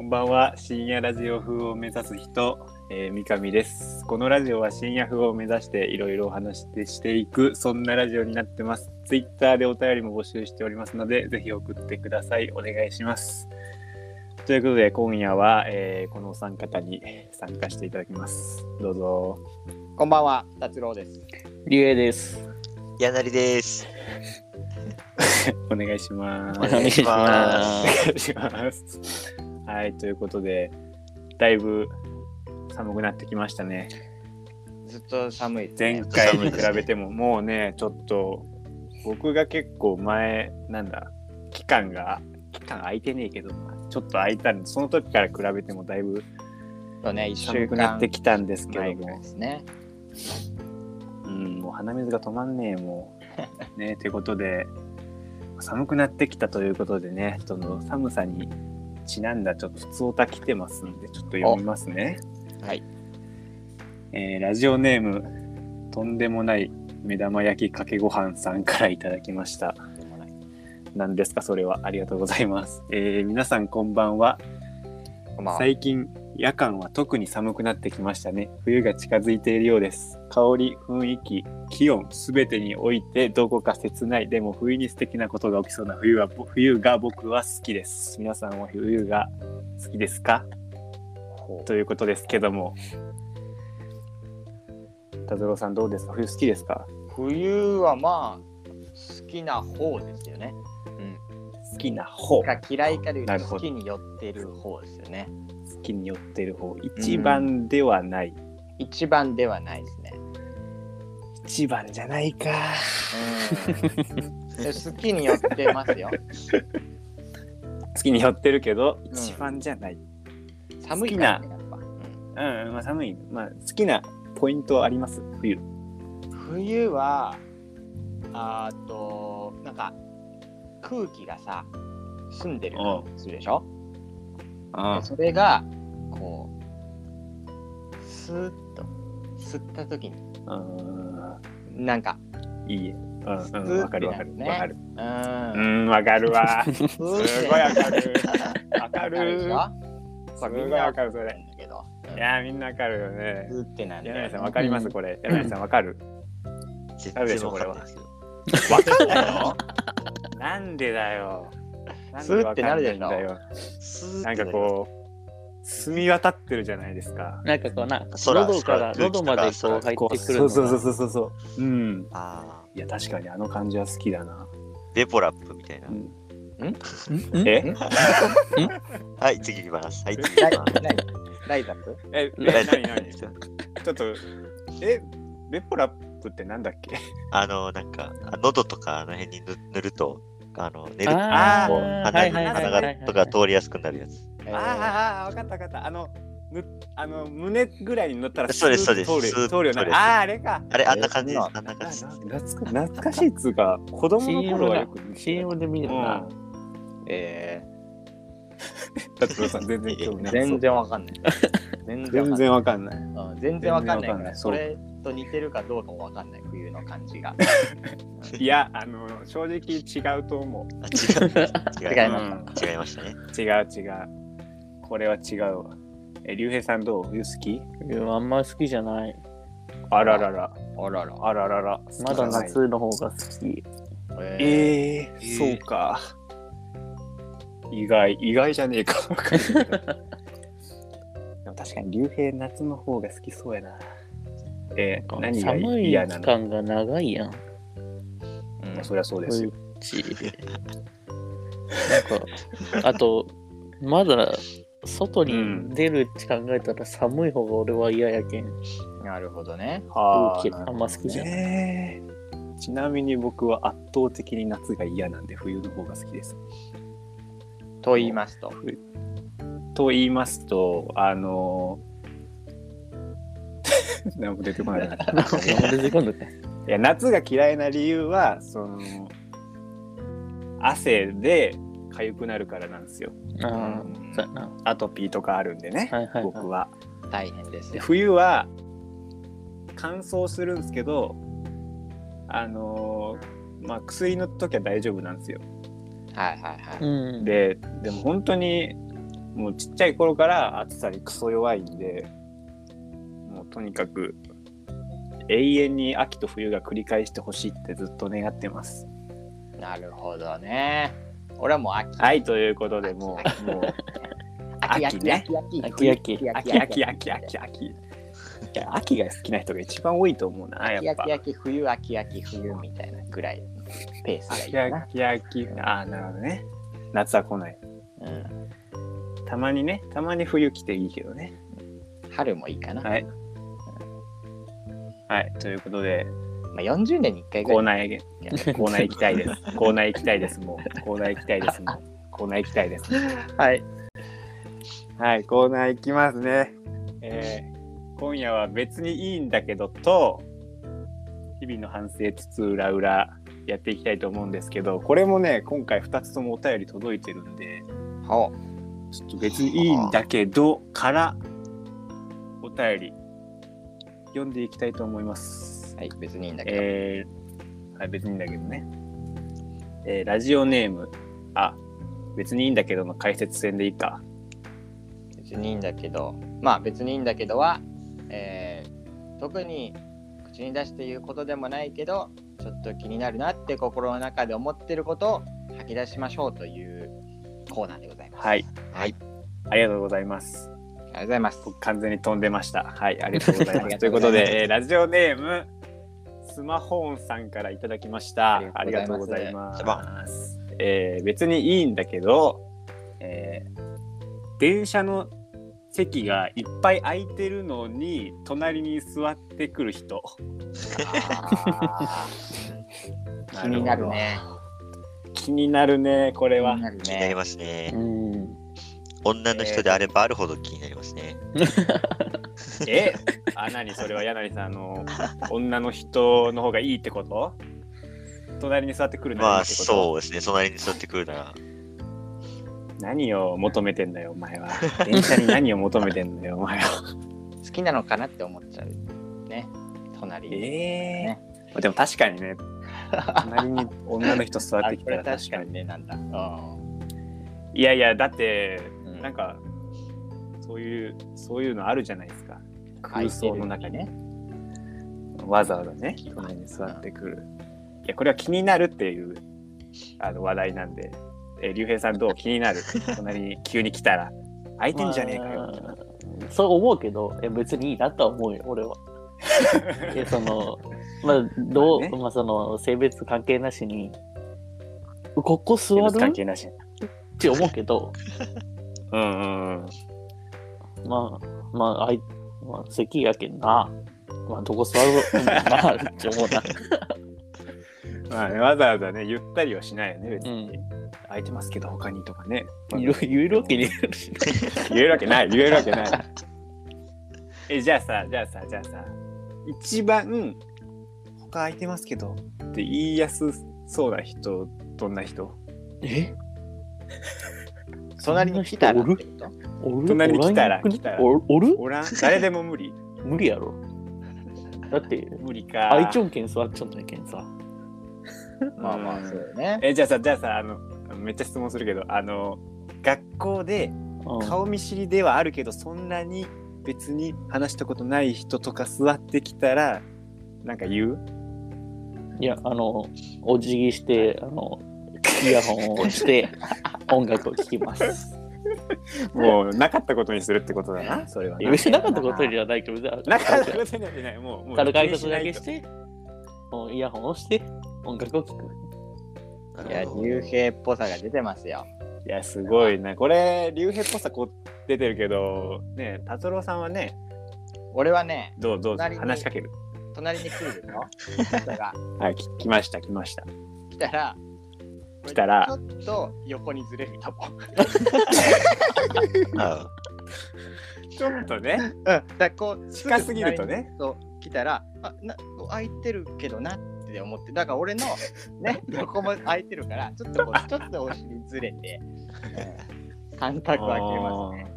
んばんは深夜ラジオ風を目指す人、えー三上ですこのラジオは深夜風を目指していろいろお話してしていくそんなラジオになってますツイッターでお便りも募集しておりますのでぜひ送ってくださいお願いしますということで今夜は、えーこのお三方に参加していただきますどうぞこんばんは、達郎です。リュウエイです。やなりです。お願いしますお願いしおま願いします。はい、ということで、だいぶ寒くなってきましたね。ずっと寒いですね、前回に比べても、もうね、ちょっと、僕が結構前、なんだ、期間が、期間空いてねえけど、ちょっと空いたんで、その時から比べてもだいぶちょっとね、一週寒く間なってきたんですけど前ぐらいもで、すね。うん、もう鼻水が止まんねえ、もう。ね、 ということで、寒くなってきたということでね、その寒さにちなんだ、ちょっと普通おた来てますんで、ちょっと読みますね。はい。えーラジオネーム、とんでもない目玉焼きかけご飯さんからいただきました。何ですか、それは。ありがとうございます。えー皆さん、こんばんは。こんばんは最近夜間は特に寒くなってきましたね冬が近づいているようです香り雰囲気気温すべてにおいてどこか切ないでも不意に素敵なことが起きそうな冬は冬が僕は好きです皆さんは冬が好きですかということですけども達郎さんどうですか冬好きですか冬はまあ、好きな方ですよね。好きな方か嫌いかで言なうるとほど好きに寄ってる方ですよね。好きに寄ってる方一番ではない、一番ではないですね。一番じゃないかうん好きに寄ってますよ。好きに寄ってるけどん一番じゃない、寒いからね、やっぱ。うん、まあ寒い。まあ好きなポイントはあります、冬。うん冬は、あーっと、なんか、空気がさ、澄んでる感じするでしょあでそれがこうスーッと吸った時にあ、なんかいいえ。うん、うん、スーッわかるわかる。てわかなる。ううーんん、わかるわ。すすごいわかる。わかる。でしすょごいわかる、それ。なんだけどいやー、みんなわかるよねス。ーってなんだよ柳井さん、わかります、これ。柳井さん、わかる。絶誰で対しょうわこかれんはないですよ。わかるよ。なんでだよ。スーってなるでしょんでわかんないんだよスーッとなんかこう、澄み渡ってるじゃないですか。なんかこうな、空喉から空喉までこう入ってくそうるのそうがそうそうそう。うん。あいや、確かにあの感じは好きだな。ーベポラップみたいな。んんえはい、次行きます。はい、次行きます。ライライザップえ、え、ラなイになにちょっと、え、ベポラップってなんだっけ あの、なんか、あ喉とかあの辺に塗塗ると、あの、寝るとあーこうは鼻いにはいはい鼻はいはがいとか通りやすくなるやつ。えー ああ、わかったわかった。あの、むあの胸ぐらいに乗ったらそうですスーッとそうです通るスーッ通とるよねそう。ですああ、あれか。あれ、あんな感じです。えあんなあな感じです。懐か懐かしいっつうか、子供の頃はよく CM で見るな。え達郎さん全然興味ーない。全然わかんない全然全わかんない然わかんない。うん全然わかんない全然わかかんないらそそうれと似てるかどうかもわかんない冬の感じがいや、あの、正直違うと思う。あ違う。違違いうま違いましたね。す。違う違う。これは違うわ。え、竜兵さんどう冬好きいやあんま好きじゃない。あららら、あららあららら。まだ好きじゃない夏の方が好き。えええーそうか。意外、意外じゃねえか。わかんないけどでも確かに、竜兵夏の方が好きそうやな。えー何が寒い嫌な期の間が長いやん。こうんそりゃそうですよ。っち。なんか、あと、まだ外に出るって考えたら寒い方が俺は嫌やけん。ーなるほどねは大きいあんま好きじゃ ない。ねえちなみに僕は圧倒的に夏が嫌なんで、冬の方が好きです。と言いますとと言いますと、あのー 何も出てこないな。俺時間だって。いや夏が嫌いな理由はその汗で痒くなるからなんですよあうあ、んそうやな。はアトピーとかあるんでね、いはい僕はは。大変ですでよ。冬は乾燥するんですけどあのーまあ薬の時は大丈夫なんですよはいはいはいうん。ででも本当にもうちっちゃい頃から暑さにクソ弱いんで、もうとにかく永遠に秋と冬が繰り返してほしいってずっと願ってます。なるほどね。俺はもう秋。はい、ということでもう、もう、秋秋秋ね秋秋秋秋冬秋秋秋秋秋。いや、秋が好きな人が一番多いと思うな、秋やっぱ。秋秋冬秋秋冬みたいなぐらいのペースがいい秋かな。秋秋。ああ、なるほどね。夏は来ない。うん、たまにね、たまに冬来ていいけどね。春もいいかな。はい。はい、ということで、まあ40年に1回ぐコーらい。ナーへ、 コーナー行きたいです。コーナー行きたいです、もう。コーナー行きたいです、もう。コーナー行きたいです。はい。はい、コーナー行きますね。えー今夜は別にいいんだけどと、日々の反省つつ裏裏やっていきたいと思うんですけど、これもね、今回2つともお便り届いてるんで、ほちょっと別にいいんだけどから、お便り、読んでいきたいと思いますう。。はい、別にいいんだけど。えー、はい、別にいいんだけどね。えーラジオネーム、あ、別にいいんだけどの解説戦でいいか。別にいいんだけどまあ別にいいんだけどは、えー特に口に出して言うことでもないけどちょっと気になるなって心の中で思ってることを吐き出しましょうというコーナーでございます。はい。はい。ありがとうございます。ありがとうございます。僕完全に飛んでました。 はい、ありがとうございまありす。とがといううごこざといますで、えーラジオネーム、スマホーンさんからいただきました。あありりがとがとうごうござざいいまますす。えー別にいいんだけど、えー電車の席がいっぱい空いてるのに、隣に座ってくる人。あ ー気になるね。気になるねこれ気はになる気になりね。ますねう。ん。女の人であればあるほど気になりますね。えあ何それは柳さんあの 女の人の方がいいってこと隣に座ってくるのまがいいあってこと、そうですね、隣に座ってくるなら。何を求めてんだよお前 は電車に何を求めてんだよお前は好きなのかなって思っちゃうね。隣に。えー、でも確かにね隣に女の人座っ あてきたこれら確確かかににねなんだ。うんいやいやだってうんなんかそういうそういうのあるじゃないですか空空想想のの中中ねに。わざわざね隣に座ってくるいやこれは気になるっていうあの話題なんでえ竜兵さんどう気にな る隣に急に来たら空いてんじゃねえかよ、まあそう思うけど、いや別にいいなとは思うよ、俺 は。いやその、まあ、どう、まあねまあ、その、性別関係なしに、ここ座性る別っ関係なして思うけど、うんうんうんまあ、まあ、あい、まあ、席やけんな。まあ、どこ座 るんだな、って思うな。まあねわざわざねゆったりはしないよね別に、う空いてますけど他にとかねん。言う言えるわけねえし。言えるわけない言えるわけない えじゃあさじゃあさじゃあさ一番他空いてますけどって言いやすそうな人どんな人え 隣に来たらってことおる隣に来たらおんよ来たらおおるおらん誰でも無理無理やろ。だって、無理か愛ちょんけん座っちゃうんだけんさ。まあまあそうよね。 えじゃあさじゃあさあのめっちゃ質問するけどあの学校でうん顔見知りではあるけど、そんなに別に話したことない人とか座ってきたらなんか言ういや、あの、お辞儀して、あの、イヤホン をして、音楽を聴きます。もうなかったことにするってことだな それはな別になかっ たことではないけど、なかったことにはしないもうもう軽く挨気にし拶なだいけとして、もうイヤホンをして、音楽を聴く。いや、竜兵っぽさが出てますよ。いや、すごいね。これ、竜兵っぽさこう出てるけど、ね、達郎さんはね、俺はね、どうどう隣に話しかける。隣に来るでしょ 人がはい、き来ました、来ました。来たら、来たらちょっと横にずれると思う。あちょっと ね、うん、だからこう近すぎるとね。ぐ隣にそう来たら、あな空いてるけどなって思って、だから俺の、 ね、横も空いてるから、ちょっとこうちょっとお尻ずれて、うん間隔を空けますね。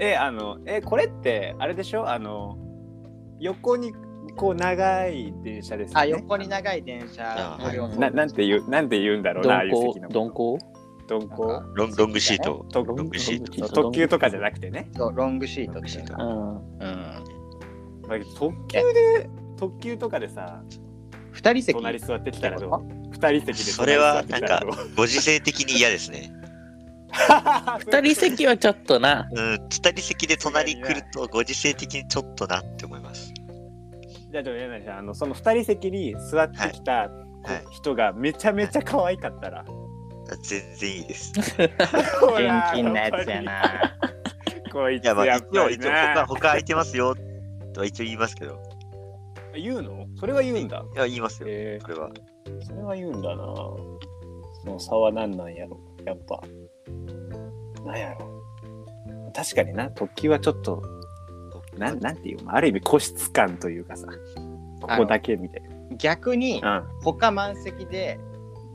え、あの、え、これって、あれでしょあの、横にこう長い電車ですよね。あ、横に長い電車あこれをはいななんて言う、なんて言うんだろうな、ああいう鈍席の行、鈍行鈍行ロンロングシート。とロングシート。そう特急とかじゃなくてね。そうロングシートロングシートうん。うん、まあ特急で特急とかでさ2人席隣座ってきたらどう二人席でそれは隣座ってきたらどうご時世的に嫌ですね。 二人席はちょっとな。うん、二人席で隣来ると、ご時世的にちょっとなって思います。じゃあ、じゃあ、柳さん、あの、その二人席に座ってきた、はい人がめちゃめちゃ可愛かったら。全然い いです。ほ現ら金なやつや。なこいいつ、やや、っまぱあ、一応、り一応、他、な。他空いてますよ、とは一応言いますけど。言うのそれは言うんだ。いや、言いますよ、えこれは。ー、それは言うんだな。その差は何なんやろ。やっぱ。なんやろ。確かにな、特急はちょっと、なん、なんていうのある意味個室感というかさ、ここだけみたい逆にな。他満席で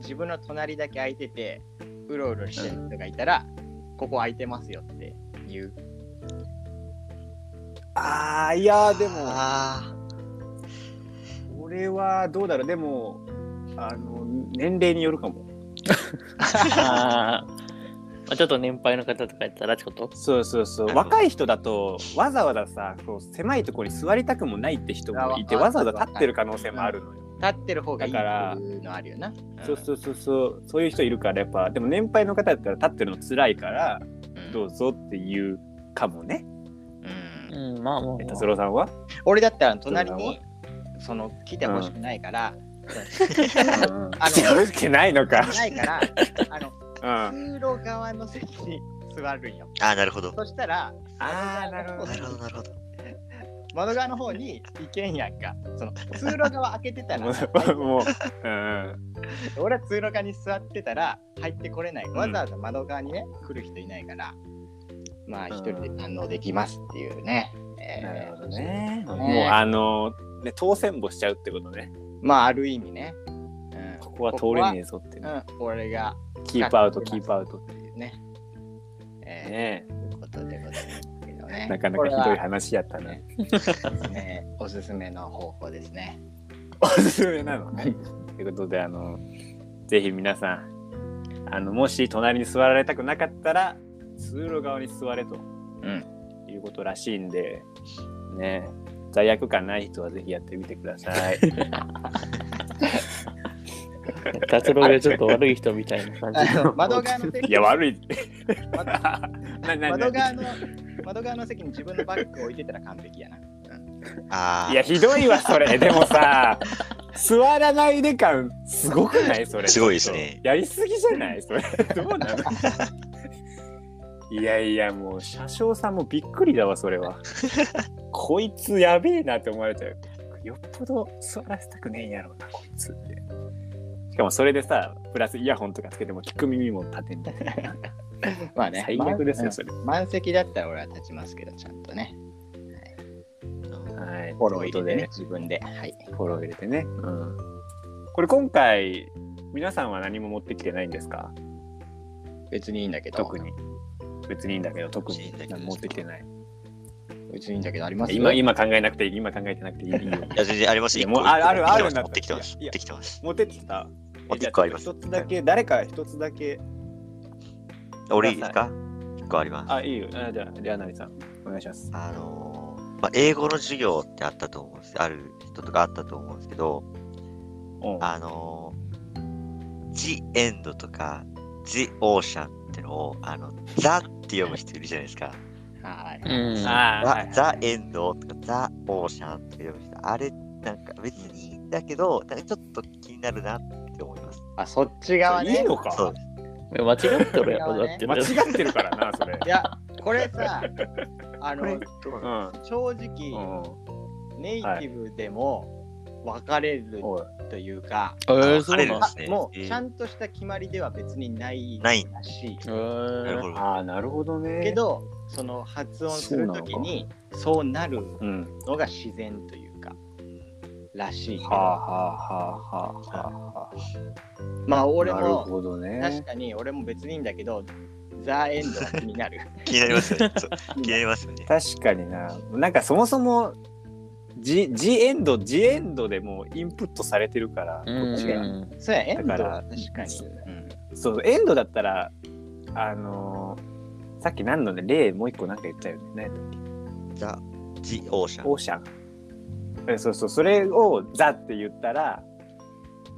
自分の隣だけ空いててうろうろしてる人がいたら、ここ空いてますよっていうああ、いやー、でも。あ俺はどうだろうでもあの年齢によるかもあーまあちょっと年配の方とかやったらってことそうそうそうなるほど若い人だとわざわざさこう狭いところに座りたくもないって人もいてあわざわざ立ってる可能性もあるのよ、立ってる方がいいだからっていうのあるよな、そうそうそうそうそういう人いるからやっぱでも年配の方だったら立ってるの辛いからうんどうぞっていうかもねうんうん、まあもうえ。達郎さんは俺だったら隣にその来てほしくないから、 あの正直ないのか、な いからあのうん、あ通路側の席に座るんよーあー、なるほど。そしたらあーなるほどなるほど、なるほど。窓側の方に行けんやんかその通路側開けてたらもうもう、うん、俺は通路側に座ってたら入ってこれないんわざわざ窓側にね、来る人いないからまあうん一人で堪能できますっていうね、えーなるほどねもうあのね当選簿しちゃうってことねまあある意味ね、うん、ここは通れねえぞってねここはうん、俺がキープアウト、キープアウト。というね、えねーということでございますけどねえ、なかなかひどいこ話やったね。れはですねおすすめの方法ですねおすすめ なのね。ということで、あの、ぜひ皆さん、あの、もし隣に座られたくなかったら、通路側に座れとうんいうことらしいんで、ねえ罪悪感ない人はぜひやってみてくださ い。達郎がちょっと悪い人みたいな感じ あ。の窓側の席いや、悪い。窓 なな窓な側の窓側の席に自分のバッグを置いてたら完璧やなああ。いや、ひどいわ、そ れ。でもさ、座らないで感、すごくないそれ。すごいですねやりすぎじゃないそれ。どうなのいやいや、もう、車掌さんもびっくりだわ、それは。こいつやべえなって思われちゃう。よっぽど座らせたくねえんやろうな、こいつって。しかもそれでさ、プラスイヤホンとかつけても聞く耳も立てんだまあね最悪ですまよ、あそれ。満席だったら俺は立ちますけどちゃんとねはい。フォロー入れてねというこ自分ではいとで。フォロー入れてね。うん。これ今回、皆さんは何も持ってきてないんですか別にいいんだけど特に別にいいんだけど特別にいいにんだけど何も持ってきてない別にいいんだけどあります今今考えなくていい今考えてな くていいよいや全然ありますいやよ。もうあるあるあるんだ持ってきてます。い持やってきてます。持ってってきた持ってきてます持って一個あります一つだけ誰か一つだけ俺いいですか一個あります。あいいよあじゃあじゃあなりさんお願いしますあのーまあ、英語の授業ってあったと思うんです。ある人とかあったと思うんですけど、うんあのー、The End とか The Ocean ってのを、あの、ザって読む人いるじゃないですか。はい、うん。あーはいはい The, the End とか The Ocean って読む人。あれ、なんか別にいいんだけど、なんかちょっと気になるなって思います。あそっち側ねいいのかそうです。間違ってるやろ、だって。間違ってるからなそ れいやこれ さあのうん正直、うんネイティブでも分かれるおいというか、えあー、のそう晴れなるんんですね。あもうえーちゃんとした決まりでは別にないないらしいえーなるほど。あーなるほどねけどその発音するときにそうなるうんのが自然というか、らしいけどはあはあはあはあはあまあ俺なるもほどね確かに俺も別にいいんだけどザ・エンドは気にな る気になりますよね。そう気になりますよね。確かにななんかそもそもジジエンドジエンドでもうインプットされてるからこうんっちがそうやエンドだはから確かに、そうエンドだったらあのーさっき何のね例もう一個なんか言ったよねザ・ジ・オーシャンオーシャンえそうそうそれを「ザ」って言ったら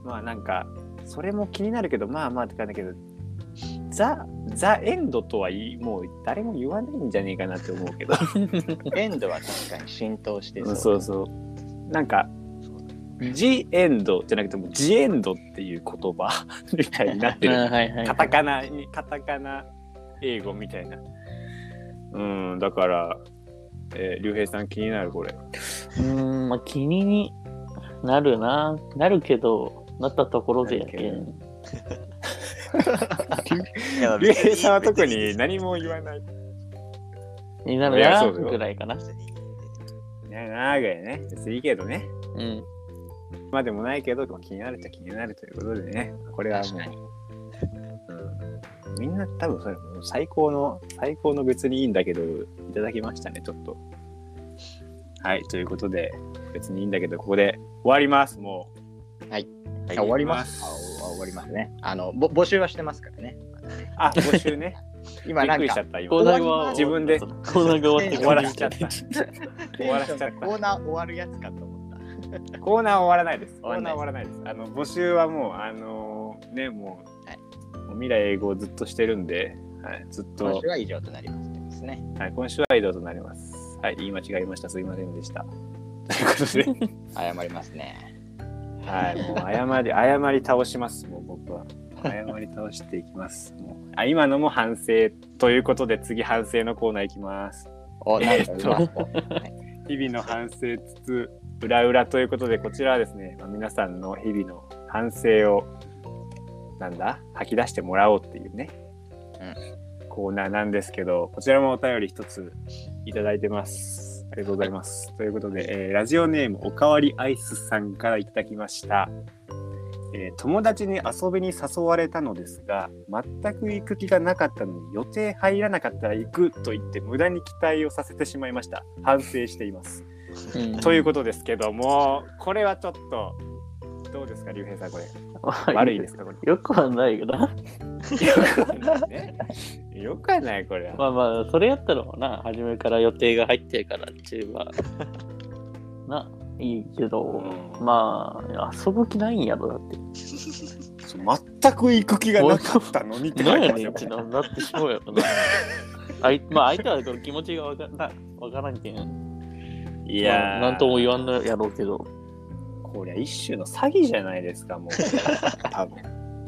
まあなんかそれも気になるけどまあまあって感じだけど「ザ・ザ・エンド」とは言いもう誰も言わないんじゃねえかなって思うけどエンドは確かに浸透してうんそ。そううそうなんか「ジ・エンド」じゃなくても「ジ・エンド」っていう言葉 みたいになってうんるはいはいカタカナにカタカナ英語みたいなうんだからえー、竜兵さん気になる これうーん、まあ、気になるな。なるけど、なったところでやけ。なんいや竜別に兵さんは特に何も言わないになるいやそなうだよぐらいかな。別にいやなぐらいね。別にいいけどね。うん。まあでもないけど、まあ気になるっちゃ気になるということでね。これはも確かに。う、うんみんな多分それもう最高の、最高の別にいいんだけど、いただきましたね、ちょっと。はい、ということで、別にいいんだけど、ここで終わります、もう。はいあ終わります。あ終わりますね。あの、ぼ募集はしてますからね。あ、募集 ね。今びっなんくりしちゃかった、今。コーナーは自分でコーナーが終わって終わらせちゃった。終わらせちゃっコーナー終わるやつかと思った。た。コーナー終わらないです。コ終わーんナなーい終わらないです。あの、募集はもう、あのーね、もう、はいもう未来英語をずっとしてるんで、はい、ずっと。今週は以上となりますってことですね。はい、今週は移動となります。はい、言い間違えました。すいませんでした。 ということで、謝りますね。はい、もう謝り、謝り倒します。もう僕は。謝り倒していきます。もうあ今のも反省ということで、次反省のコーナーいきます。お、なんかうまい日々の反省つつ、裏裏ということで、こちらはですね、まあ、皆さんの日々の反省を、なんだ、吐き出してもらおうっていうね、コーナーなんですけど、こちらもお便り一ついただいてます。ありがとうございます。ということで、えーラジオネームおかわりアイスさんからいただきました。えー友達に遊びに誘われたのですが全く行く気がなかったのに予定入らなかったら行くと言って無駄に期待をさせてしまいました反省していますうんということですけどもこれはちょっとどうですか竜兵さんこれ悪いですかこれよくはないよな。よくはないねよくはないこれは、まあまあ、それやったらもうな、初めから予定が入ってるからっていうのは、な、いいけど、うんまあ、遊ぶ気ないんやろ、だって。全く行く気がなかったのにって書い何てやますねんよっ、てななってしまうやろな。あいまあ、相手はこの気持ちがわかなわからんけん。いいなんとも言わんのやろうけど。こりゃ一種の詐欺じゃないですかもう多分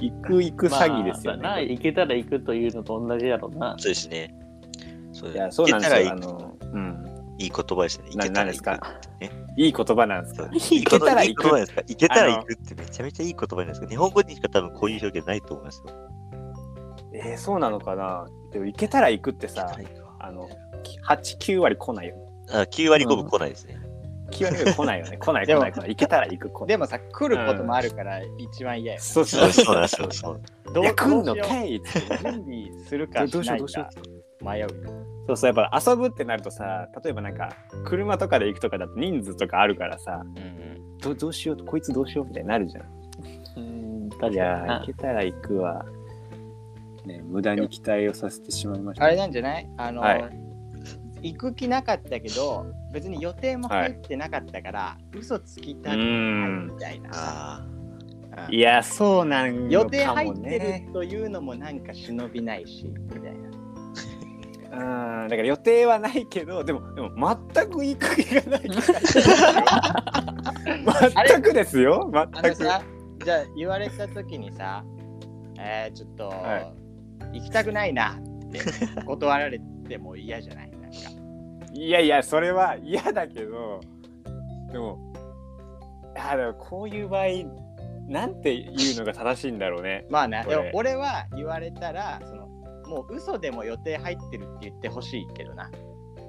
行く行く詐欺ですよね、まあな行けたら行くというのと同じやろな。そうですね。そういやそうなんでいすけよたあらいいのうんいい言葉ですね。いなけ何たらで行すくかえいい言葉なんですそうかいい言 行けた葉らいい行言葉くですかいけたらあの行くってめちゃめちゃいい言葉じゃないですか。日本語にしか多分こういう表現ないと思いますよ。えー、そうなのかなでも行けたら行くってさいけたら行くわあの89割来ないよねあ9割5分来ないですね。 9割ぐらい来ないよ ね来ないで来もない来ない行けたら行く来ないでもさ、来ることもあるから一番嫌よ。そうそそううそうなんですよ。 そうどいうや来んどのうしようかいっつって準備するどかしうしよなういどうしよか迷うよ。そうそうやっぱ遊ぶってなるとさ例えばなんか車とかで行くとかだと人数とかあるからさうんどどうしようこいつどうしようみたいになるじゃんうん、確かいにやーな行けたら行くわ、ね、無駄に期待をさせてしまいましたあれなんじゃないあの、はい行く気なかったけど、別に予定も入ってなかったから、嘘つきうたくないーんみたいなさ。あうんいやそうなん予よ定か入もってねるというのもなんか忍びないし、みたいな。うんだから予定はないけどでもでも全く行く気がないけど全くですよあ全のくさ、じゃあ言われた時にさ、えー、ちょっと、は行きたくないなって断られても嫌じゃないなんか。いやいやそれは嫌だけどでもあでもこういう場合なんていうのが正しいんだろうねまあね、こでれも俺は言われたら、そのもう嘘でも予定入ってるって言ってほしいけどな。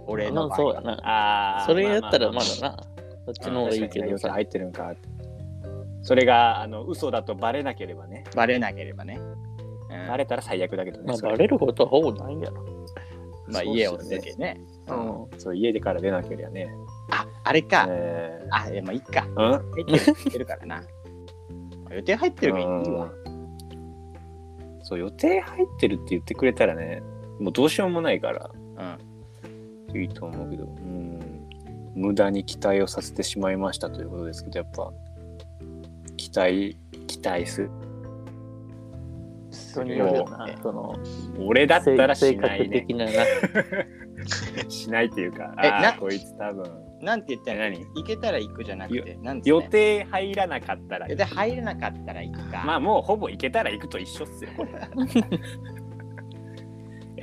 俺のま場合あそうはやな。あーそれやったらままあだまあな。そっちの方がいいけど確かにさ入。ってるんかってそれがあの嘘だとバレなければねバレなければね。うんバレたら最悪だけどね、まあ、それバレることはほぼないやろ。まあそうっす家よをね出てね。うんそう家でから出なければね、あ、あれか。えあ、でもいいか。ーうん 入ってる入ってるからな。予定入ってるからいいわ。そう予定入ってるって言ってくれたらねもうどうしようもないからうん。いいと思うけどうん無駄に期待をさせてしまいましたということですけどやっぱ期待期待する人によるよなその俺だったら性し性ない格ね的ななしないっていうかえあなーこいつ多分なんて言ったらいい何行けたら行くじゃなくて、なんて言予ったらい定入らなかったらい予定入れなかったら行くか。まあもうほぼ行けたら行くと一緒っすよ これ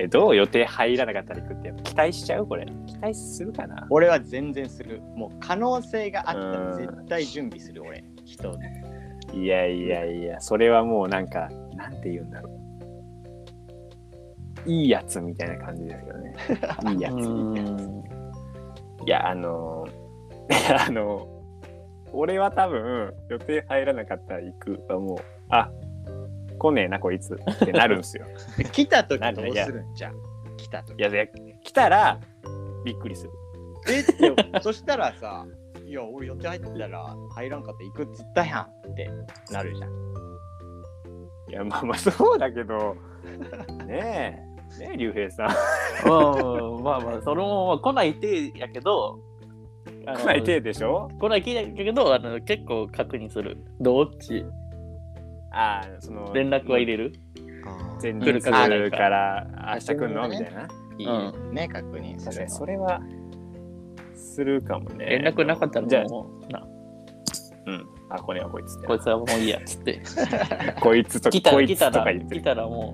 えどう予定入らなかったら行くってやっぱ期待しちゃうこれ期待するかな俺は全然する。もう可能性があったうらん絶対準備する俺。人いやいやいやそれはもうなんかなんて言うんだろういいやつみたいな感じですよねいいやついいやついやあの ーあの俺は多分予定入らなかったら行くはもうあ来ねえなこいつってなるんすよ来た時どうするんじゃあ来た 時いやいや来たらびっくりするえってそしたらさ「いや俺予定入ってたら入らんかった行くっつったやん」ってなるじゃんいやまあまあそうだけどねえねえ竜兵さんうんまあまあそれもまあ来ない手やけどあの来ない手でしょ来ない手やけどあの結構確認するどっちああその連絡は入れる前来る日かか来ないから明日来るのみたいないういね確認確すかるにのそれはするかもね連絡なかったじゃらあもうなうんあこれはこいつこいつはもうい いやっつってこいつと来たこらい来つとたから言って来るたらも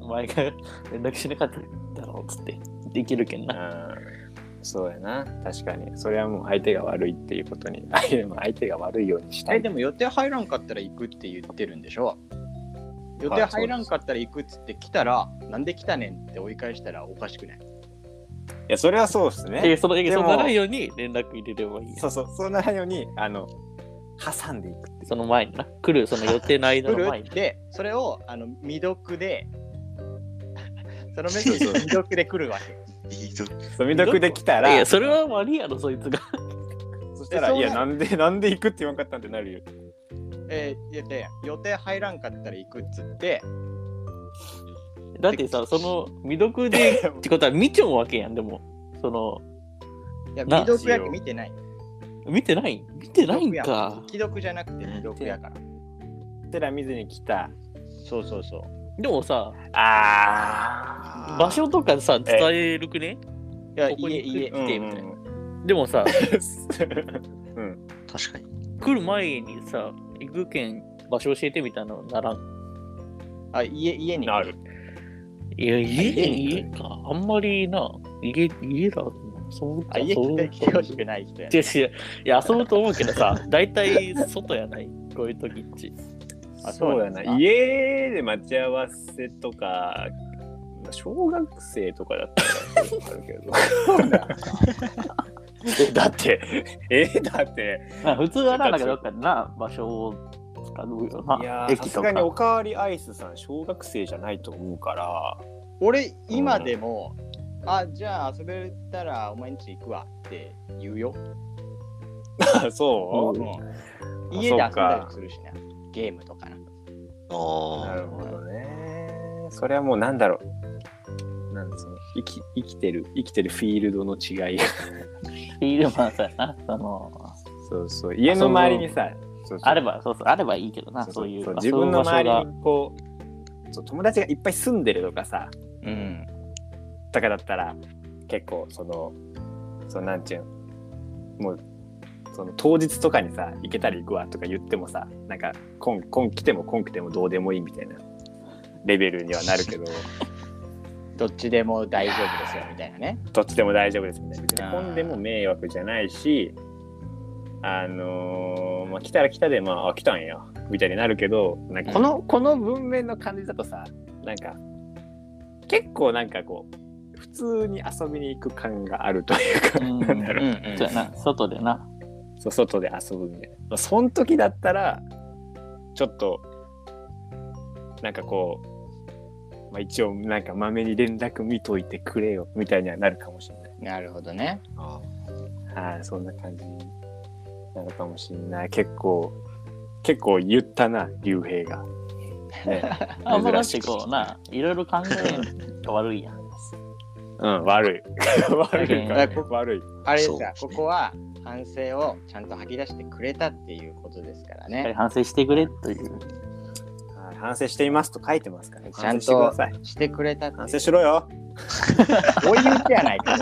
うお前が連絡しなかったんだろうっつってできるけんなうんそうやな確かにそれはもう相手が悪いっていうことに でも相手が悪いようにしたえいでも予定入らんかったら行くって言ってるんでしょ予定入らんかったら行くっつって来たらなんで来たねんって追い返したらおかしくないいやそれはそうですねえそのえでそもの長いように連絡入れればいいやそうそうそんなようにあの挟んでいくっていうその前にな来るその予定の間来のる前にってそれをあの未読で そのメッセージを未読で来るわけいいぞ。そう未読で来たらいやそれは悪いやろそいつが そしたら「そういやななんで なんで行くって言わんかったん?」ってなるよえー、いやで予定入らんかったら行くっつってだってさその未読でってことは見ちゃうわけやんでもそのいやな未読やけ見てない見てない見てないんか既読じゃなくて未読やから。そしたら見ずに来たそうそうそう。でもさあ場所とかさ伝えるくねいや、ここに家、家来ーるてみたいな、なでもさ 確かに。来る前にさ行くけん場所教えてみたいなのならんあ家家 に。なるいや家家に家かあんまりな家家だそうあか家そうにか来てほしくない人や、違うね。違ういや遊ぶと思うけど さ大体外やないこういう時っちあそうやそうなんなですか家で待ち合わせとか小学生とかだったらあるけどえだってえだってあ普通はなんだけどどっかでな場所を使うよいなやーさ駅すとがかにおかわりアイスさん小学生じゃないと思うから 俺、今でも、あ、じゃあ遊べたらお前んち行くわって言うよ。あそうう、んあ家で遊んそうかだりするしな。ゲームとかな。おなーるほどねそれはもうなんだろうなんだその生き生きてる生きてるフィールドの違いビールマンさやなそのそうそう家の周りにさそうそうあればそうそうあればいいけどなそうそうそういうそう場自分のそうい周う場所がりにこうそう友達がいっぱい住んでるとかさうん。とかだったら結構そのそのなんちゅうんもうその当日とかにさ行けたら行くわとか言ってもさなんか今今来ても今来てもどうでもいいみたいなレベルにはなるけどどっちでも大丈夫ですよ、みたいなね。どっちでも大丈夫ですみたいな別にあー混んでも迷惑じゃないしあのーまあ、来たら来たでまああ来たんやみたいになるけどなんかこの、この文面の感じだとさなんか結構なんかこう普通に遊びに行く感があるというか、うんなんだろううんそうや な外でなそう外で遊ぶみたいな、まあ、その時だったらちょっとなんかこう、まあ、一応なんかまめに連絡見といてくれよみたいにはなるかもしれないなるほどね。あはい、そんな感じに なるかもしれない結構結構言ったな竜兵がね、あんまだってこうな、いろいろ考えるのが悪いやん。うん、悪 い。悪いから、ねう、ん悪い。あれですよ、そうですこねこは反省をちゃんと吐き出してくれたっていうことですからやっぱりね。反省してくれという。はい反省していますと書いてますから、ちゃ反ん省してくだとさい。してくれたっていう反省しろよ。こういう手やないか。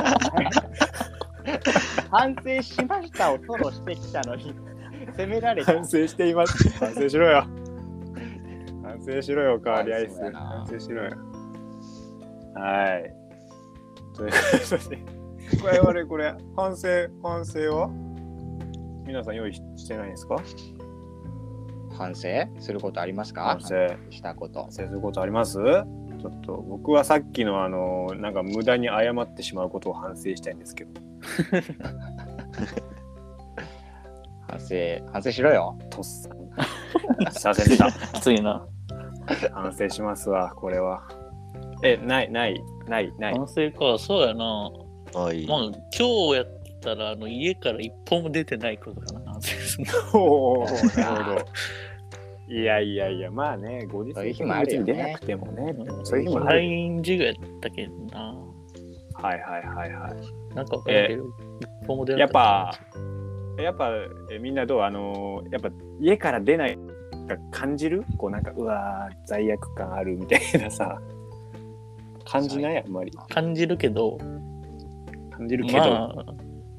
反省しましたを吐露してきたのに、責められた。反省してい ます。反省しろよ。反省しろよ、おかわりアイス。そうやな反省しろよ。はい。ということで、これ、我々これ、反省、反省は皆さん用意ししてないんですか反省することありますか反省。したこと。反省することありますちょっと僕はさっきのあのなんか無駄に謝ってしまうことを反省したいんですけど反省、反省しろよ。とっさにさせ てた きついな。反省しますわこれはえないないないない反省か、そうやな。はい。もう今日やったらあの家から一歩も出てないことか な。おおなるほどいやいやいやまあねご時そういう世日もあるよね別に出なくてもねそういう日もある毎日がやったけどな。はいはいはいはなんかわからんけど、一歩も出いなやいっぱやっぱえみんなどうあのやっぱ家から出ないが感じるこうなんかうわー罪悪感あるみたいなさ 感じないあんまり感じるけど、感じるけど、まあ、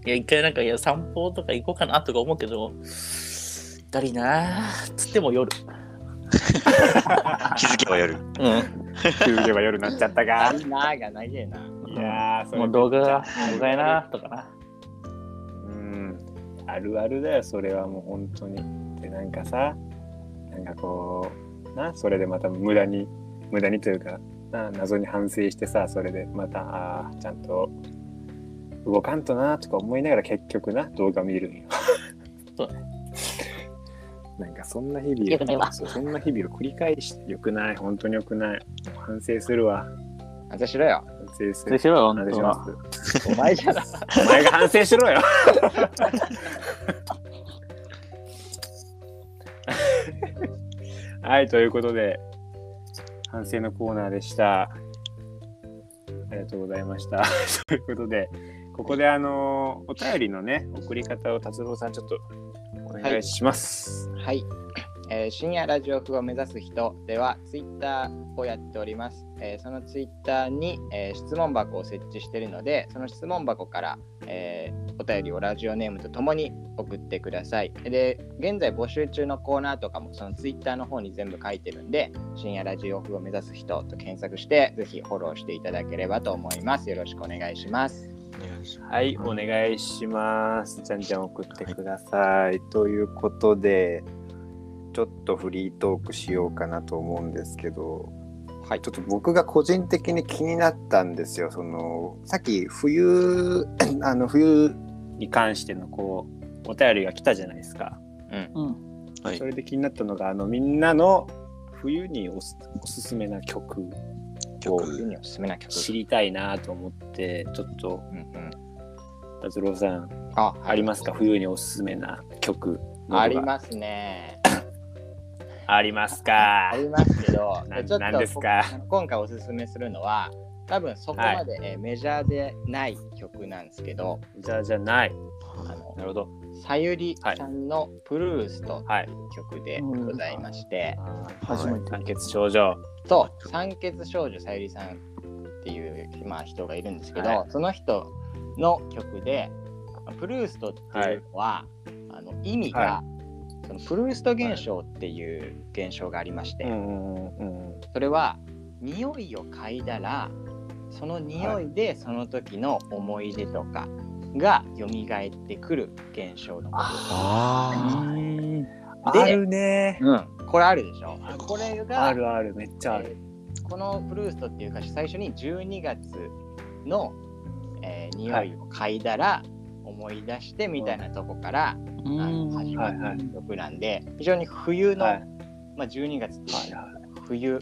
いや一回なんかいや散歩とか行こうかなとか思うけど、だりなーっつっても夜。気づけ ば夜。うん。気づけば夜になっちゃったあかんなーがないでな。いやーそれもう動画が、動画やなーとかな。うんあるあるだよそれはもう本当にでなんかさなんかこうなそれでまた無駄に無駄にというかな謎に反省してさそれでまたあーちゃんと動かんとなとか思いながら結局な動画見るんよそうね なんかそんな日々をよくないわそうそんな日々を繰り返してよくない本当によくない反省するわ反省しろよ。反省すでるしろ、反本省し当まは。すお前じゃな。お前が反省しろよはいということで反省のコーナーでしたありがとうございましたということでここであのお便りのね送り方を達郎さんちょっとお願いします、 はい、えー深夜ラジオ風を目指す人ではツイッターをやっております、えーそのツイッターに、えー質問箱を設置しているのでその質問箱から、えーお便りをラジオネームとともに送ってくださいで現在募集中のコーナーとかもそのツイッターの方に全部書いてるんで深夜ラジオ風を目指す人と検索してぜひフォローしていただければと思いますよろしくお願いしますはいお願いしますじゃんじゃん送ってくださいということでちょっとフリートークしようかなと思うんですけどはいちょっと僕が個人的に気になったんですよ。そのさっき冬 あの冬に関してのこうお便りが来たじゃないですか。うん。はいそ。れで気になったのがあのみんなの冬におすおすすめな曲を曲冬におすすめな曲、知りたいなと思ってちょっとうんうん、達郎さんあ、はいありますか冬におすすめな曲ありますねすありますかあります けどな、ちょっなんとですかこ今回おすすめするのは、多分そこまで、えーメジャーでない曲なんですけど、じゃあじゃないあのなるほどさゆりさんのプルーストはい曲でございまして、初めて。酸欠症状と酸欠少女さゆりさんっていう、まあ、人がいるんですけど、はその人の曲でプルーストっていうのは、あの意味が、はそのプルースト現象っていう現象がありまして、うんうんうんうんそれは匂いを嗅いだらその匂いでその時の思い出とかが蘇ってくる現象のこあであるねと、うん、これあるでしょこれがあるあるめっちゃあるえーこのプルーストっていう歌詞最初に12月の、えー匂いを嗅いだら思い出してみたいなとこから、うあのん。始まる曲なんで、非常に冬の、はいまあ、12月ってはいいうは冬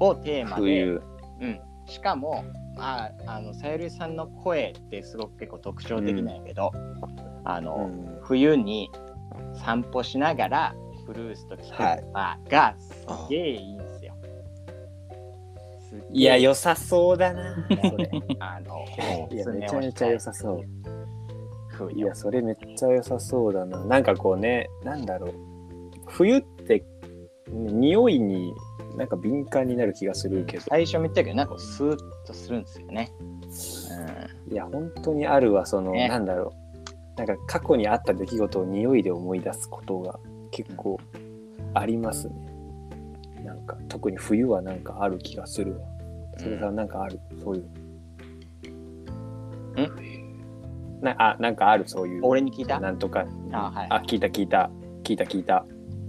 をテーいマで冬うん、しかも、まあ、あのさゆりさんの声ってすごく結構特徴的なんやけど、あうのん冬に散歩しながらブルースと聴くのが、がすげえいいんですすっげえいや、良さそうだな。それあの、いや、めちゃめちゃ良さそう。そう。いや、それめっちゃ良さそうだな。なんかこうね、なんだろう。冬って、ね匂いになんか敏感になる気がするけど、最初も言ったけど、なんかスーッとするんですよね。いや、本当にあるわ、その、ねなんだろう。なんか過去にあった出来事を匂いで思い出すことが結構ありますね。なんか、特に冬はなんかある気がするわ。それさん、なんかある、そういう。なあ、なんかある、そういううん。。俺に聞いたなんとか。あはいあ、聞いた聞いた。聞いた聞いた。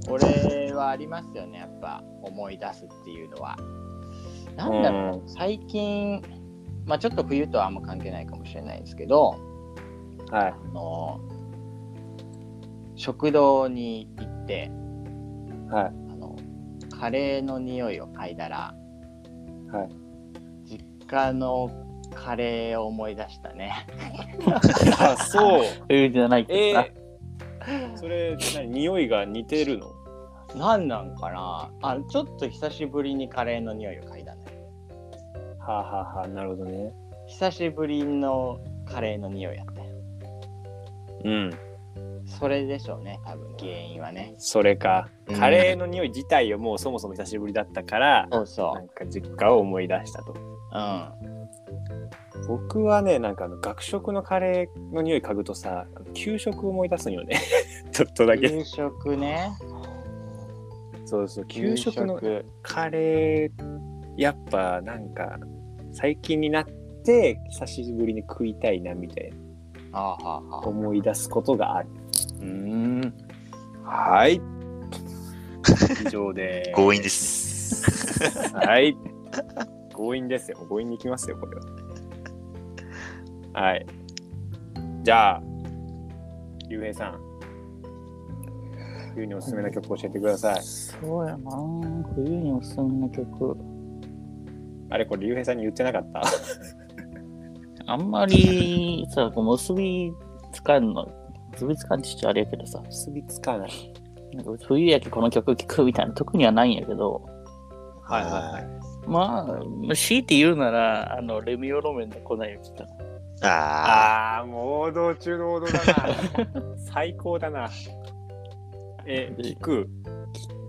俺はありますよね、やっぱ思い出すっていうのは。なんだろう、ろ最近、まあちょっと冬とはあんま関係ないかもしれないですけど、うん。はい。あの食堂に行って、はい。あのカレーの匂いを嗅いだら、は実家のカレーを思い出したね あ、 そう。冬じゃないえけどなー、それ、何匂いが似てるの何なんかなあちょっと久しぶりにカレーの匂いを嗅いだねはあ、はあはあ、なるほどね。久しぶりのカレーの匂いやったようん。それでしょうね多分原因はねそれかう。んカレーの匂い自体をもうそもそも久しぶりだったから、そうそなんか実家を思い出したと。ううん僕はね、なんかあの学食のカレーの匂い嗅ぐとさ、給食を思い出すんよね。 ちょっとだけ。給食ねそうそう、給食の給カレーやっぱなんか最近になって久しぶりに食いたいなみたいなああはあはあ思い出すことがある。うーんはい。以上で 強引ですね。はい。強引ですよ。強引に行きますよ、これは。はい。じゃあ、竜兵さん。竜におすすめの曲教えてください。そうやな冬におすすめの曲あれ、これ竜兵さんに言ってなかった。あんまりさこう結びつかんの結びつかんってちょっとあれやけどさ結びつかない。なんか冬やけこの曲聴くみたいな特にはないんやけどはいはいい。まあ強いて言うならあのレミオロメンの粉雪かなあああ、もう王道中の王道だな。最高だな。え、聞く。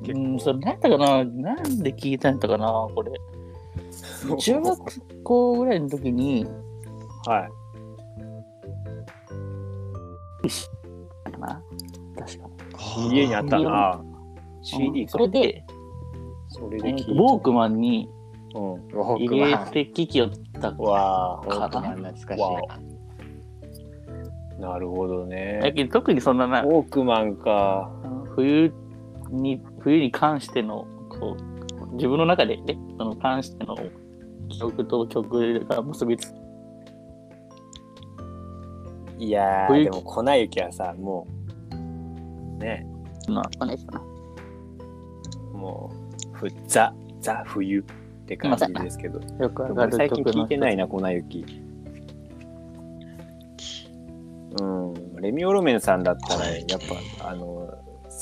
結構うん、それなんだかな、なんで聞いたんだかな、これ。中学校ぐらいの時に、はい。かな確かあ。家にあったな。に。 CD そか。れで、それえで聞いーたとウォークマンにうん。僕入れはて聞きよったわ僕は懐かしいわなあ、なるほどだね。けど特にそんななウ、ォークマンか。あの冬に、冬に関しての、こう、自分の中でね、その関しての記憶と曲が結びつく。いや冬ー、で木も粉雪はさ、もう、ね、なこれかなもう、ふザ、ザ冬って感じですけど。よくわか俺る最近曲聞のいてないな、粉雪。うん、レミオロメンさんだったら、やっぱ、あの、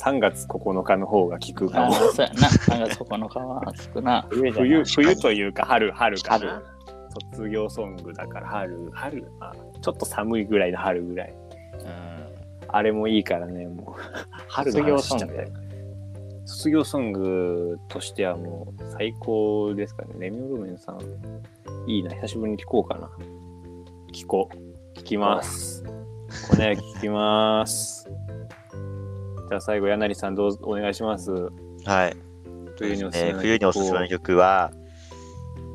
3月9日の方が効くかあも。ーそうやな。3月9日は少な。冬だな冬、冬というか、春、春か春な。卒業ソングだから、春、春、まあ、ちょっと寒いぐらいの春ぐらい。うんあれもいいからね、もう。春の話しちゃったよ卒業ソングとしてはもう最高ですかね。レミオロメンさん、いいな、久しぶりに聞こうかな。聞こう。聞きます。こね、聞きます。じゃあ最後、柳さん、どうぞお願いします。はい。冬におすすめえの曲をー冬におすすめの曲は、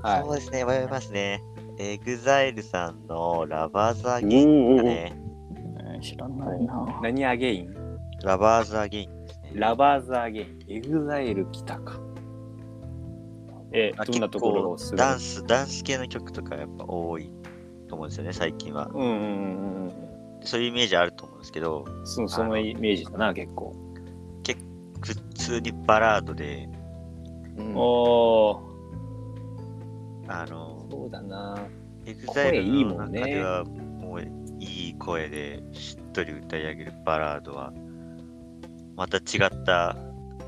はいそうですね、迷いますね。エグザイルさんのラバーズアうゲインんうんうだんね。うん知らないな。何アゲインラバーズアゲインですね。ラバーズアゲイン。エグザイル来たか。えあ、どんなところをす結構るダンス、ダンス系の曲とかやっぱ多いと思うんですよね、最近は。うんうんうんうんそういうイメージあると思うんですけど、うん。そそのイメージだな、結構。普通にバラードで、うんおお。あの、そうだな。エグザイル声いいもの中んねではもういい声でしっとり歌い上げるバラードは、また違った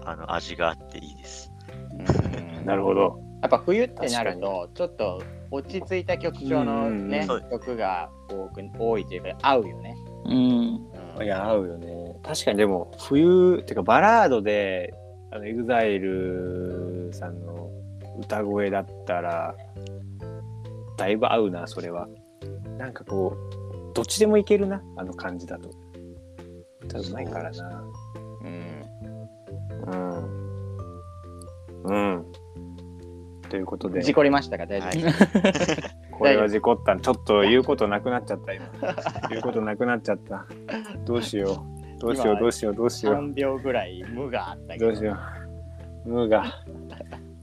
あの味があっていいです。うん なるほど。やっぱ冬ってなるとちょっと落ち着いた曲調のね、うんうんうん曲が多く多いというか合うよね。うん。うんいや合うよね確かにでも冬っていうかバラードであの EXILE さんの歌声だったらだいぶ合うなそれはなんかこうどっちでもいけるなあの感じだと歌うまいからなうんうんうんということで事故りましたか大丈は夫い。これは事故ったちょっと言うことなくなっちゃった今 言うことなくなっちゃったどうしようどうしようどうしようどうしよう3秒ぐらい無があったけどどうしよう。無が、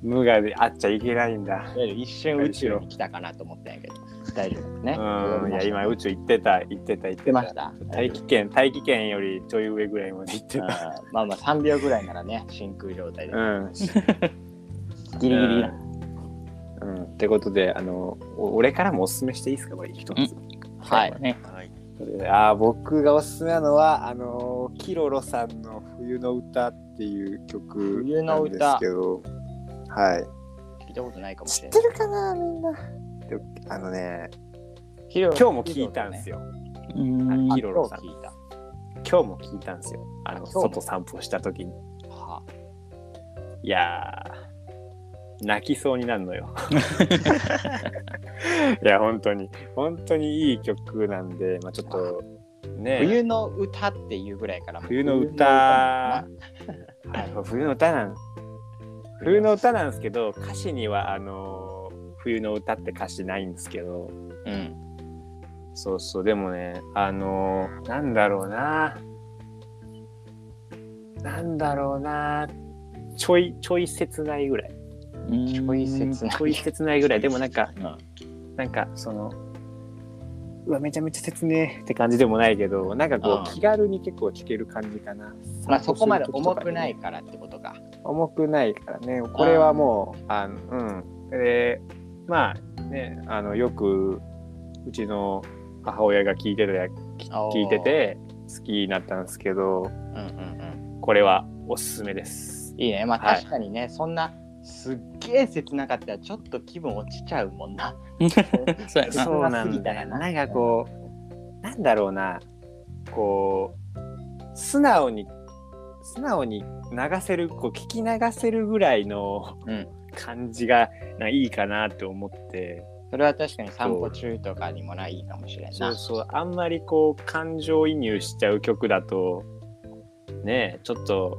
無がであっちゃいけないんだ。一瞬宇宙に来たかなと思ったんやけど大丈夫ですね。うん、いや、今行宇宙行ってた、行ってた、行っってて。ましたた。大気圏、大気圏よりちょい上ぐらいまで行ってうんた。まあまあ3秒ぐらいならね真空状態で。うん。ギリギリだ。うん。うんってことで、あの、お俺からもおすすめしていいですか、これ一つ。はい。ね。はい。それでああ、僕がおすすめなのは、あの、キロロさんの冬の歌っていう曲冬なのん歌ですけど。はい。聞いたことないかもし知れっなてい。るかな、みんな。であのね、今今日も聞いたんですよ。うん。キロロさん聞いた。は今日も聞いたんですよあのあ今日も外散歩した時にあいやー泣きそうになるの よいや本当に本当にいい曲なんで、まあ、ちょっとね冬の歌っていうぐらいからもう冬の冬の歌歌あの冬の歌なん冬の歌なんですけど歌詞にはあの冬の歌って歌詞ないんですけどうんそうそう、でもね、あのーなんだろうな。なんだろうな。ちょい、ちょい切ないぐらい。ちちょい切ないちょい切ないぐらい。でもなんか、うんなんか、その、うわ、めちゃめちゃ切ねえって感じでもないけど、なんかこあう、あ気軽に結構聴ける感じかな。まあそこまで重散くな歩する時とかでねいからってことか重くないからねこれはもうあのうんでまあねあのよくうちの母親が聞いてたやきおー聞いてて好きになったんですけどうんうんうんこれはおすすめですいいねまあはい確かにねそんなすっげえ切なかったらちょっと気分落ちちゃうも んなそうやな。そうなんだよななんかこうなんだろうなこう素直に素直に流せるこう聞き流せるぐらいのうん感じがなんかいいかなと思って。それは確かに散歩中とかにもないいかもしれんそなうそうあんまりこう感情移入しちゃう曲だとねえちょっと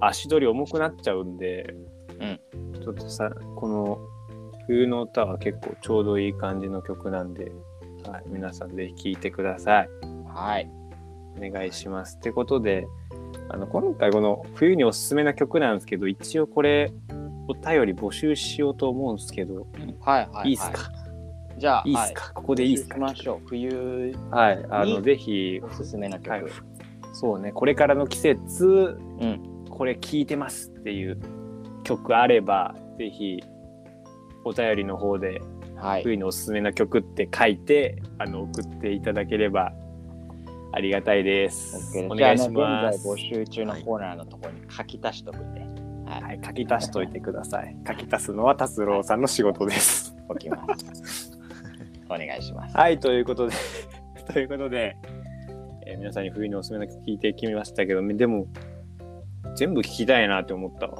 足取り重くなっちゃうんで、ちょっとさこの「冬の歌」は結構ちょうどいい感じの曲なんで、はい、皆さんぜひ聴いてくださいはいお願いします。ってことであの今回この「冬におすすめな曲」なんですけど一応これお便り募集しようと思うんですけど、はいはいいいっすか、じゃあい、いっすか、ここでいいっすかはいしましょう冬はいあいのいぜひおすすめの曲、はい、そうねこれからの季節、うんこれ聴いてますっていう曲あればぜひお便りの方ではい冬におすすめの曲って書いてあの送っていただければありがたいです。お OK じゃ願あいねします。現在募集中のコーナーのところに書き足しとくんで、はいはい、書き足しといてください。書き足すのは達郎さんの仕事です。置きます。 お願いします。はい、ということで、 ということで、えー皆さんに冬におすすめの曲聞いてきましたけど、でも、全部聞きたいなって思ったわ。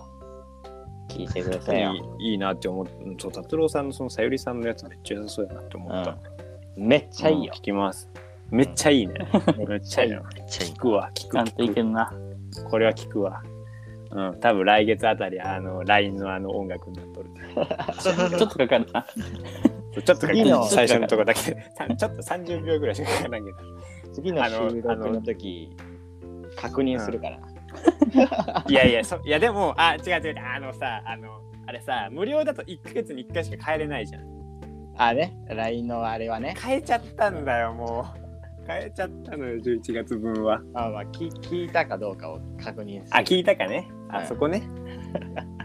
聞いてくださいよ。いいいなって思ううんそう達郎さんのそのさゆりさんのやつめっちゃ良さそうやなって思った、めっちゃいいようん。聞きますめっちゃいいね、めっちゃいいよ。めっちゃいい聞。くわ聞くちゃんとい聞けるな。くこれは聞くわうん多分来月あたりあの LINE のあの音楽になっとるちょっとかかるな。ちょっとか次の最初のとこだけでさ ちょっと30秒ぐらいしかかからんけど次の収録の時、確認するから。いやいやそいやでもあ違う違うあのさあのあれさ無料だと1ヶ月に1回しか帰れないじゃんあね、LINE のあれはね。変えちゃったんだよもう変えちゃったのよ11月分はあまあ聞、聞いたかどうかを確認する。あ、聞いたかね。あ、うんそ こね。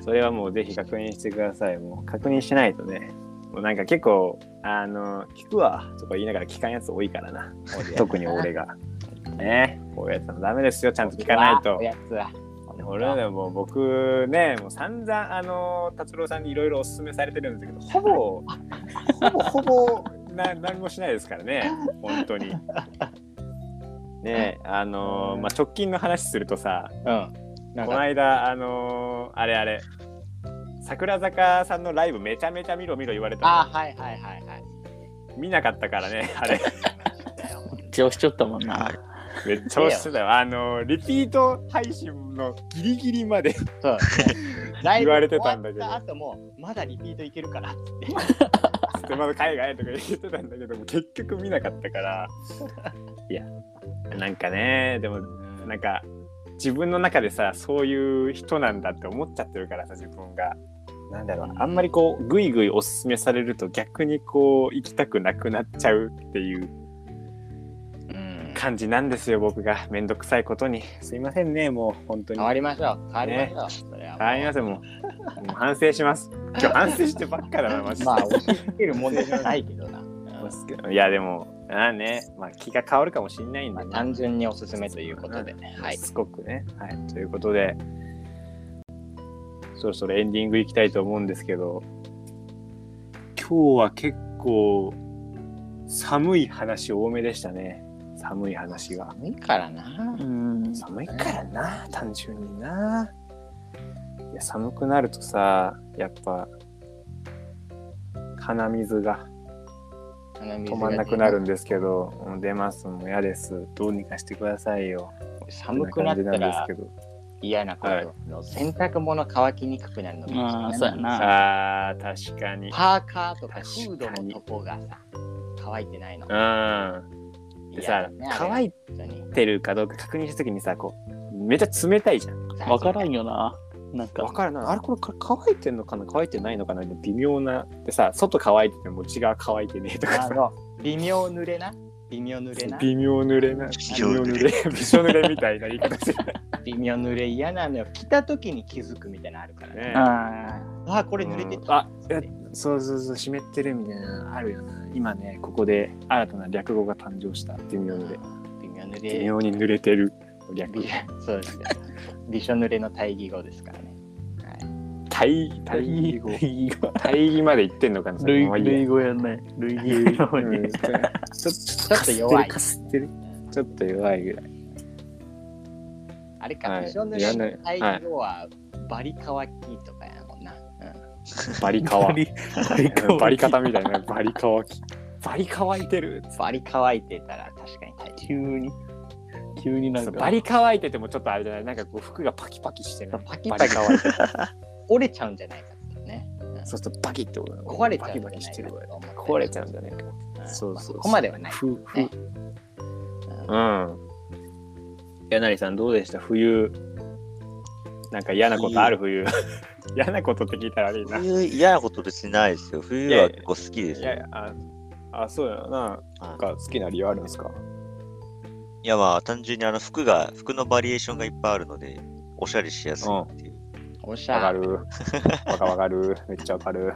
それはもうぜひ確認してください。もう確認しないとね。もうなんか結構、あの、聞くわとか言いながら聞かんやつ多いからな。 特に俺が。ね。こういうやつはダメですよ。ちゃんと聞かないとお。やつは。もんね。俺はねもう僕ねもう散々あの達郎さんにいろいろおすすめされてるんですけどほぼほぼほぼ な何もしないですからね本当に。ねあのまあ、直近の話するとさうん。なんこのか、間あのあれあれ桜坂さんのライブめちゃめちゃ見ろ見ろ言われたあー、はいはいはいはい。の見なかったからね あれ一応しちゃったもんな。めっちゃ押してたよあのリピート配信のギリギリまでそう。ライブ言われてたんだけど終わった後も、まだリピートいけるから。 つってまだ海外とか言ってたんだけども結局見なかった からいやなんかねでもなんか自分の中でさそういう人なんだって思っちゃってるからさ自分がなんだろうあんまりこうぐいぐいおすすめされると逆にこう行きたくなくなっちゃうっていううん感じなんですよ僕がめんどくさいことにすいませんねもう本当に変わりましょう。変わりましょう。それはもう変わりますよもうもう反省します今日反省してばっかだなマジでまあ、押し付ける問題じゃないけ どな。うんいやでもああね、まあ、気が変わるかもしれないんまであ、ね、単純におすすめということでね。はい。すごくね、はい、ということでそろそろエンディングいきたいと思うんですけど今日は結構寒い話多めでしたね寒い話が寒いからなう。ん。寒いからな単純にないや寒くなるとさやっぱ鼻水が止止まんなくなるんですけど、もう出ますもう嫌ですどうにかしてくださいよ寒くなったこんな感じらなんですけど嫌なこと、はいの洗濯物乾きにくくなるのまあ、そうやな。あー確かにパーカーとかフード確かのにとこがさ乾いてないのうんでさ、乾いいてるかどうか確認した時にさこうめっちゃ冷たいじゃんわからんよな。なわんか、からないあれこれか乾いてんのかな乾いてないのかな微妙なでさ外乾いてても内側乾いてねえとかあさの微妙濡れな微妙濡れな微妙濡れな 微妙濡れ微妙微妙濡れみたいな言い方してる微妙濡れ嫌なのよ着た時に気づくみたいなのあるからねねあああこれ濡れてうんたあえそうそうそう湿ってるみたいなのあるよな今ねここで新たな略語が誕生した微妙で微妙濡微れ妙に濡れてる略語びそうですねびしょ濡れの対義語ですからねはい対あ。対義語類義語。対義まで言ってんのかなそれ類まあいいや類語やない。類義語うにん。ちょちょっと弱いかすってるかすってるちょっと弱いぐらいあれかはいびしょ濡嫌れなの対義語はバリ乾きとかやもんな、うんバリカワバリカワバリ方みたいなバリカワキバリ乾いてるバリ乾いてたら確かに大急に。 急になんそうか。バリ乾いててもちょっとあれじゃないなんかこう服がパキパキしてるパキパキ乾いてる折れちゃうんじゃないかっていうね。そうするとバキってことだ壊れちゃバうキんじゃバないキかしてると思って壊れちゃうんじゃないかうんそうそうそうまあここまではない。ふふねうん柳さんどうでした冬なんか嫌なことある 冬嫌なことって聞いたらあれない冬嫌なこと別にないですよ。冬は結構好きですよ。やああそうやなはいか好きな理由あるんですかいやまあ単純にあの服が、服のバリエーションがいっぱいあるので、おしゃれしやすいっていう、おしわゃかれ。る。わかわかる。めっちゃわかる。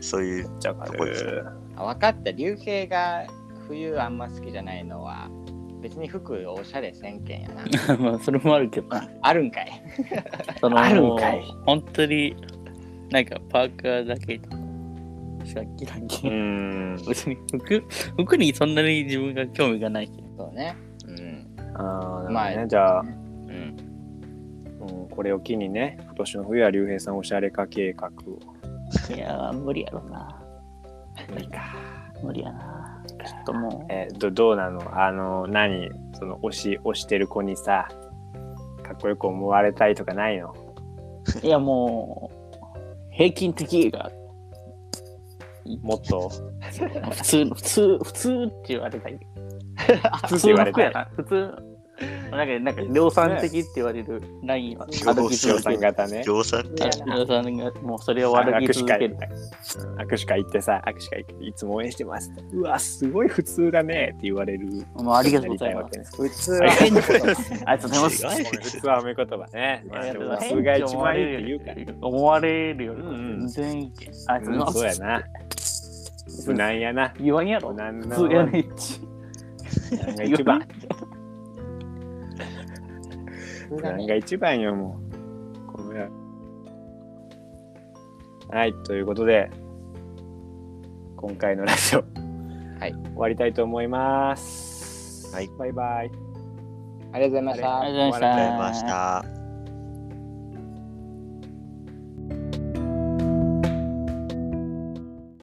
そういうめっちゃわかる。あ分かった。竜兵が冬あんま好きじゃないのは、別に服おしゃれせんけん やな。まあ、それもあるけどな。あるんかい。そのあるんかい本当になんかパーカーだけしか着ないけうど、ん。別に 服服にそんなに自分が興味がないけどそうね。うん。ああ、まあなるほどね。じゃあ、うん。うんこれを機にね、今年の冬は竜兵さんおしゃれ化計画を。いやー無理やろな無理か。無理やなちょっともえーどどうなのあの、何その、推し、推してる子にさ、かっこよく思われたいとかないのういやもう平均的がもっと、普通の普通普通って言われたい普普通通言のわれ服たやい。な普通なんかなんか量産的って言われるラインはそう歩き量続け産る型ね。量産ってあ量産がもうそれを歩き続ける握手会行ってさ、握手会行って、いつも応援してます。うわ、すごい普通だねって言われる。もうありがとうござ いますす。普通はは変なことだ。ありがとうございます違う普通は褒め言葉ね。まあ、でもさすが一番いいって言うから。思われるよりうんうん全然いいけんあいつうん、そうやな。無難やな。言わんやろ無難な普通やねんち無難が一番。風だ何ねが一番よ、もう。このやはい、ということで、今回のラジオ、はい終わりたいと思います。はい、バイバイ。ありがとうございましあたりがとうございましたありがとうございました。